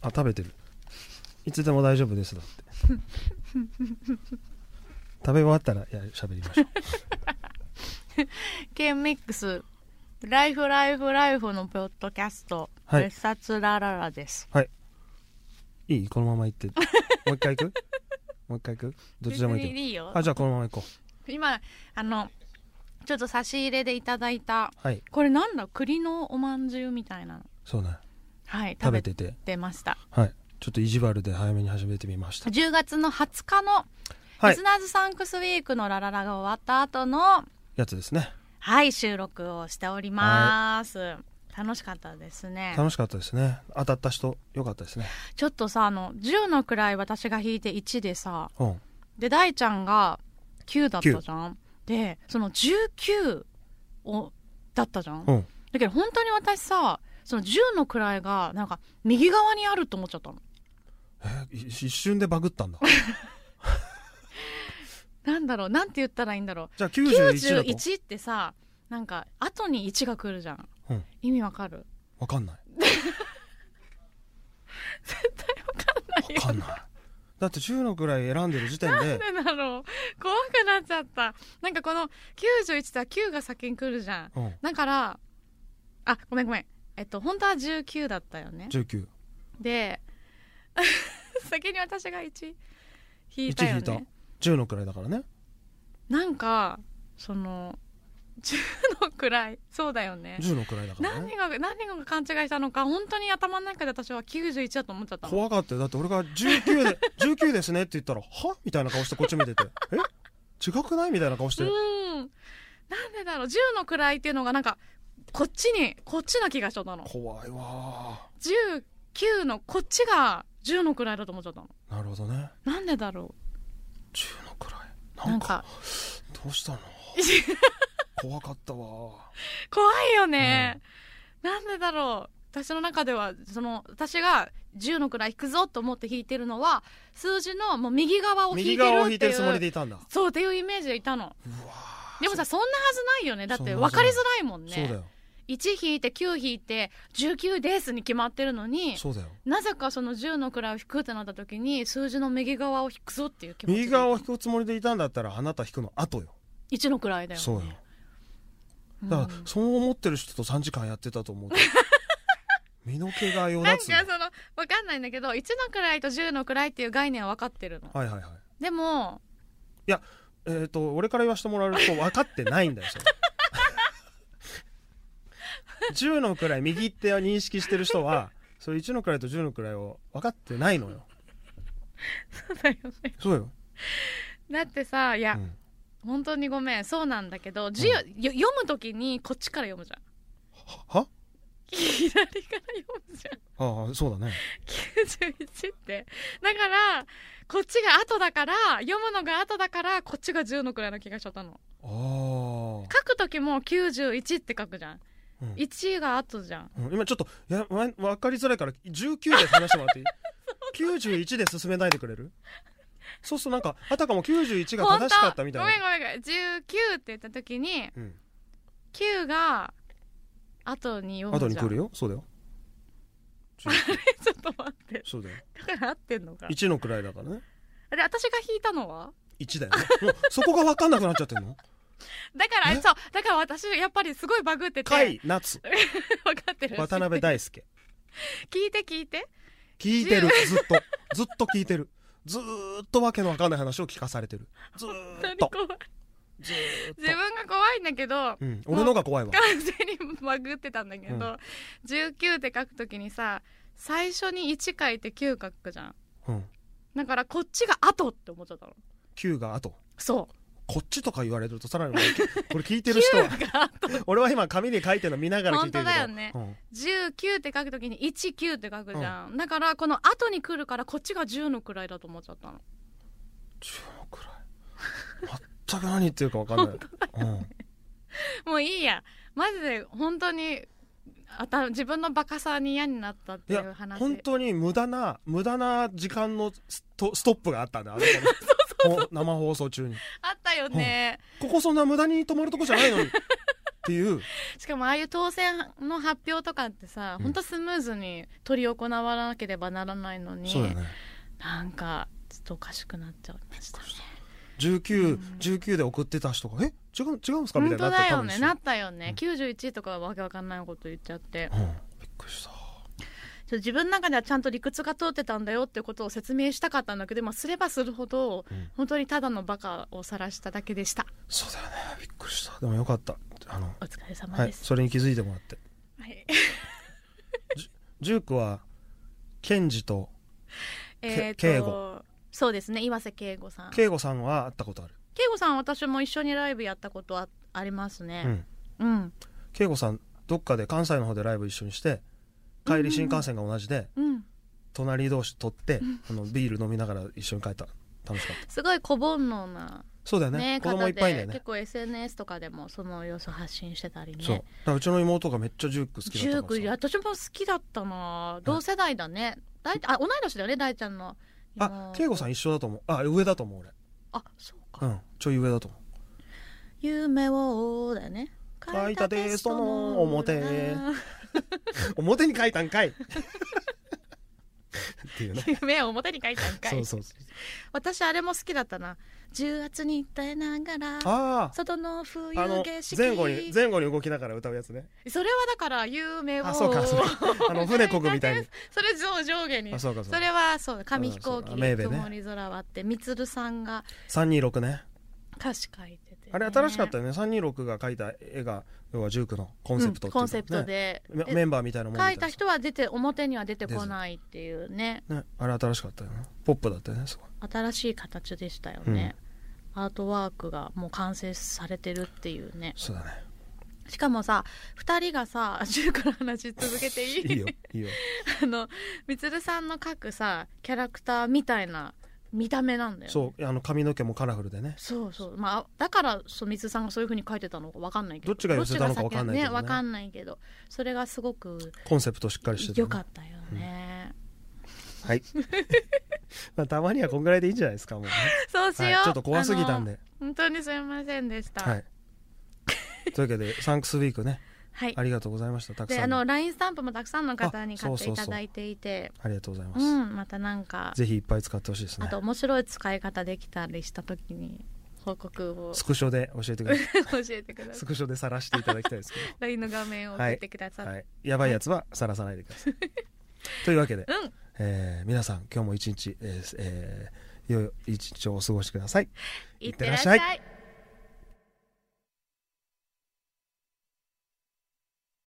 あ食べてるいつでも大丈夫ですだって食べ終わったらいや喋りましょうケンミックス、ライフライフライフのポッドキャスト、はい別冊ラララです。いいこのまま行ってもう一回行くもう一回行くどっちでもいいけ別にいいよどあ。じゃあこのまま行こう今、あの、ちょっと差し入れでいただいた、はいこれなんだ、栗のおまんじゅうみたいなの。そうねはい、食食べべてててました。はいちょっと意地悪で早めに始めてみました10月の20日の、はリいスナーズサンクスウィークのラララが終わった後の、やつですねはい、収録をしております。楽しかったですね。楽しかったですね当たった人良かったですねちょっとさ、あの、10の位私が引いて1でさ、うんで大ちゃんが9だったじゃんでその19をだったじゃん、うんだけど本当に私さその10の位がなんか右側にあると思っちゃったのえーい一瞬でバグったんだなんだろうなんて言ったらいいんだろじゃあう91だと91ってさなんか後に1が来るじゃん、うん意味わかるわかん ないわわかんないだって10のくらい選んでる時点でなんでだろう怖くなっちゃったなんかこの91ってさ9が先に来るじゃんうんだからあごめんごめんえっと本当は19だったよね19で 先に私が1引いたよ1引ねい10のくらいだからねなんかその10の位そうだよね10のくらいだからね何が何が勘違いしたのか本当に頭の中で私は91だと思っちゃったの怖かったよだって俺が19で 「19ですね」って言ったら「はみたいな顔してこっち見てて「え違くない?」みたいな顔しうてんなんでだろう10の位っていうのがなんかこっちにこっちな気がしちゃったの怖いわ19のこっちが10の位だと思っちゃったのーなるほどねなんでだろ10のくらいうななんんかかどう したの怖かったわ怖いよね、なんでだろう私の中ではその私が10の位引くぞと思って引いてるのは数字のもう右側を引右いてる側っを引ていういてるつもりでいたんだそうっていうイメージでいたのうわーでもさそんなはずないよねだっそんなては分ずなかいりづらいもんそうだねよ1引いて9引いて19ですに決まってるのにそうだよなぜかその10の位を引くってなった時に数字の右側を引くぞっていう気持ちで右側を引くつもりでいたんだったらあなた引くの後よ1の位だよねそうようんだからそう思ってる人と3時間やってたと 思うと身の毛がよなだんかつその分かんないんだけど1の位と10の位っていう概念は分かってるのはいはいはいでも えっ、と俺から言わせてもらうと分かってないんだよそ れ10の位右手を認識してる人はそれ1の位と10の位を分かってないのよそうだよねそうよ、だってさいうや、ん、本当にごめんそうなんだけど、字をよ読むときにこっちから読むじゃん は左から読むじゃんああそうだね91ってだからこっちが後だから読むのが後だからこっちが10のくらいの気がしちゃったのああ書く時も91って書くじゃん、うん1が後じゃんうん今ちょっといやわ分かりづらいから19で話してもら っていい91で進めないでくれるそうするとなんかあたかも91が本正当しかったみたいごなめんごめんごめん19って言った時にうん、 9が後に読後むにじゃん来るよそうだよ ちょっと待ってそうだよだから合ってんのか1の位だからねあれ私が引いたのは1だよねもうそこが分かんなくなっちゃってる のだからえそうだから私やっぱりすごいバグってて甲 斐夏分かってる渡辺大輔聞いて聞いて聞いてるずっとずっと聞いてるずーっとわけのわかんない話を聞かされてるずー何っと怖いずーっと自分が怖いんだけどうん、俺のが怖いわ完全にバグってたんだけど、うん19って書くときにさ最初に1書いて9書くじゃんうん、だからこっちが後って思っちゃったの9が後そこっちとか言われるとさらに俺 これ聞いてうる 人は9が後俺は今紙で書いてるの見ながら聞いてるけど本当だよねうん19って書くときに19って書くじゃん、だからこの後に来るからこっちが10の位だと思っちゃったの10のくらい全く何言ってるか分かんない、 うん、もういいやマジで本当にあた自分のバカさに嫌になったっいていやう話本当に無駄な無駄な時間のストストップがあったんだあ のこの生放送中にあったよね、ここそんな無駄に止まるとこじゃないのにっていうしかもああいう当選の発表とかってさ、うんほんとスムーズに執り行わなければならないのに、そうだねなんかちょっとおかしくなっちゃいましたね1919う、ん19で送ってた人が「え違う違うんですか?」みたいになって本当だたよんでねすよなったよねうん、 91とかはわけわかんないこと言っちゃってうん、びっくりしたちょ自分の中ではちゃんと理屈が通ってたんだよってことを説明したかったんだけど、まあ、すればするほど、うん本当にただのバカを晒しただけでしたそうだよねびっくりしたでもよかったあの、お疲れ様はい、です、それに気づいてもらってはい19はケンジとえーと敬語そうですね岩瀬慶吾さん圭吾さんは会ったことある慶吾さん私も一緒にライブやったことあありますうねんうん圭吾さんどっかで関西の方でライブ一緒にして帰り新幹線が同じでうん、隣同士取ってあのビール飲みながら一緒に帰った楽しかったすごい小煩悩な、そうだよねね子供方いっぱいいんだでよね結構 SNS とかでもその様子発信してたりそうだねからうちの妹がめっちゃジューク好きジだったューかクらさ私も好きだったな同世代だね大あ同い年だよね大ちゃんのあ圭吾さんん一緒だと思うあ上だと思う俺あそうか、うんちょい上だと 思う夢をだよね書いたテストの表表に書いたんかいっていうね 夢を表に書いたんかいそうそうそ私あれも好きだったな重圧に耐えながらうああ外の冬あの景色前後に前後に動きながら歌うやつねそれはだから夢をあそうかそうか あの船こぐみたいにそれ上上下にあそうかそうそかれはそうだ紙飛行機そうだメーベね曇り空はってみつるさんが326ね歌詞書いててねあれ新しかったよね326が描いた絵が要はジュークのコンセプトっていうんうコかンセプトねでメでメンバーみたいなもんみ書たいいた人は出て表には出てこないっていうねねあれ新しかったよねポップだったよねすごい新しい形でしたよね、アートワークがもう完成されてるっていうねそうだねしかもさ2人がさ 中から話し続けていい いいよいい よあのみつるさんの描くさキャラクターみたいな見た目なんだよね、そうあの髪の毛もカラフルでねそうそうまあだからそうみつるさんがそういう風に書いてたのかわかんないけどどっちが寄せたのかわかんないけどねどっちが先ねわかんないけどそれがすごくコンセプトしっかりしてて良ねかったよね、はい まあたまにはこんぐらいでいいんじゃないですかもうねそう しよう、はい、ちょっと怖すぎたんあので本当にすいませんでしたはいというわけでサンクスウィークねはいありがとうございましたたくでさあんのの LINE スタンプもたくさんの方にあ買ってそいうそうそうただいていてありがとうございまうす、んまたなんか、ぜひいっぱい使ってほしいですあねと面白い使い方できたりした時に報告を ス教クショで教えてくださいえてくださ スいクショで晒していただきたいですけ LINE の画面を送ってくださど、い、はい、やばいやつは晒さないでくだ さいというわけで、うんえー皆さん今日も一日、えーえー良い一日をお過ごしくださいいってらっしゃいってらっい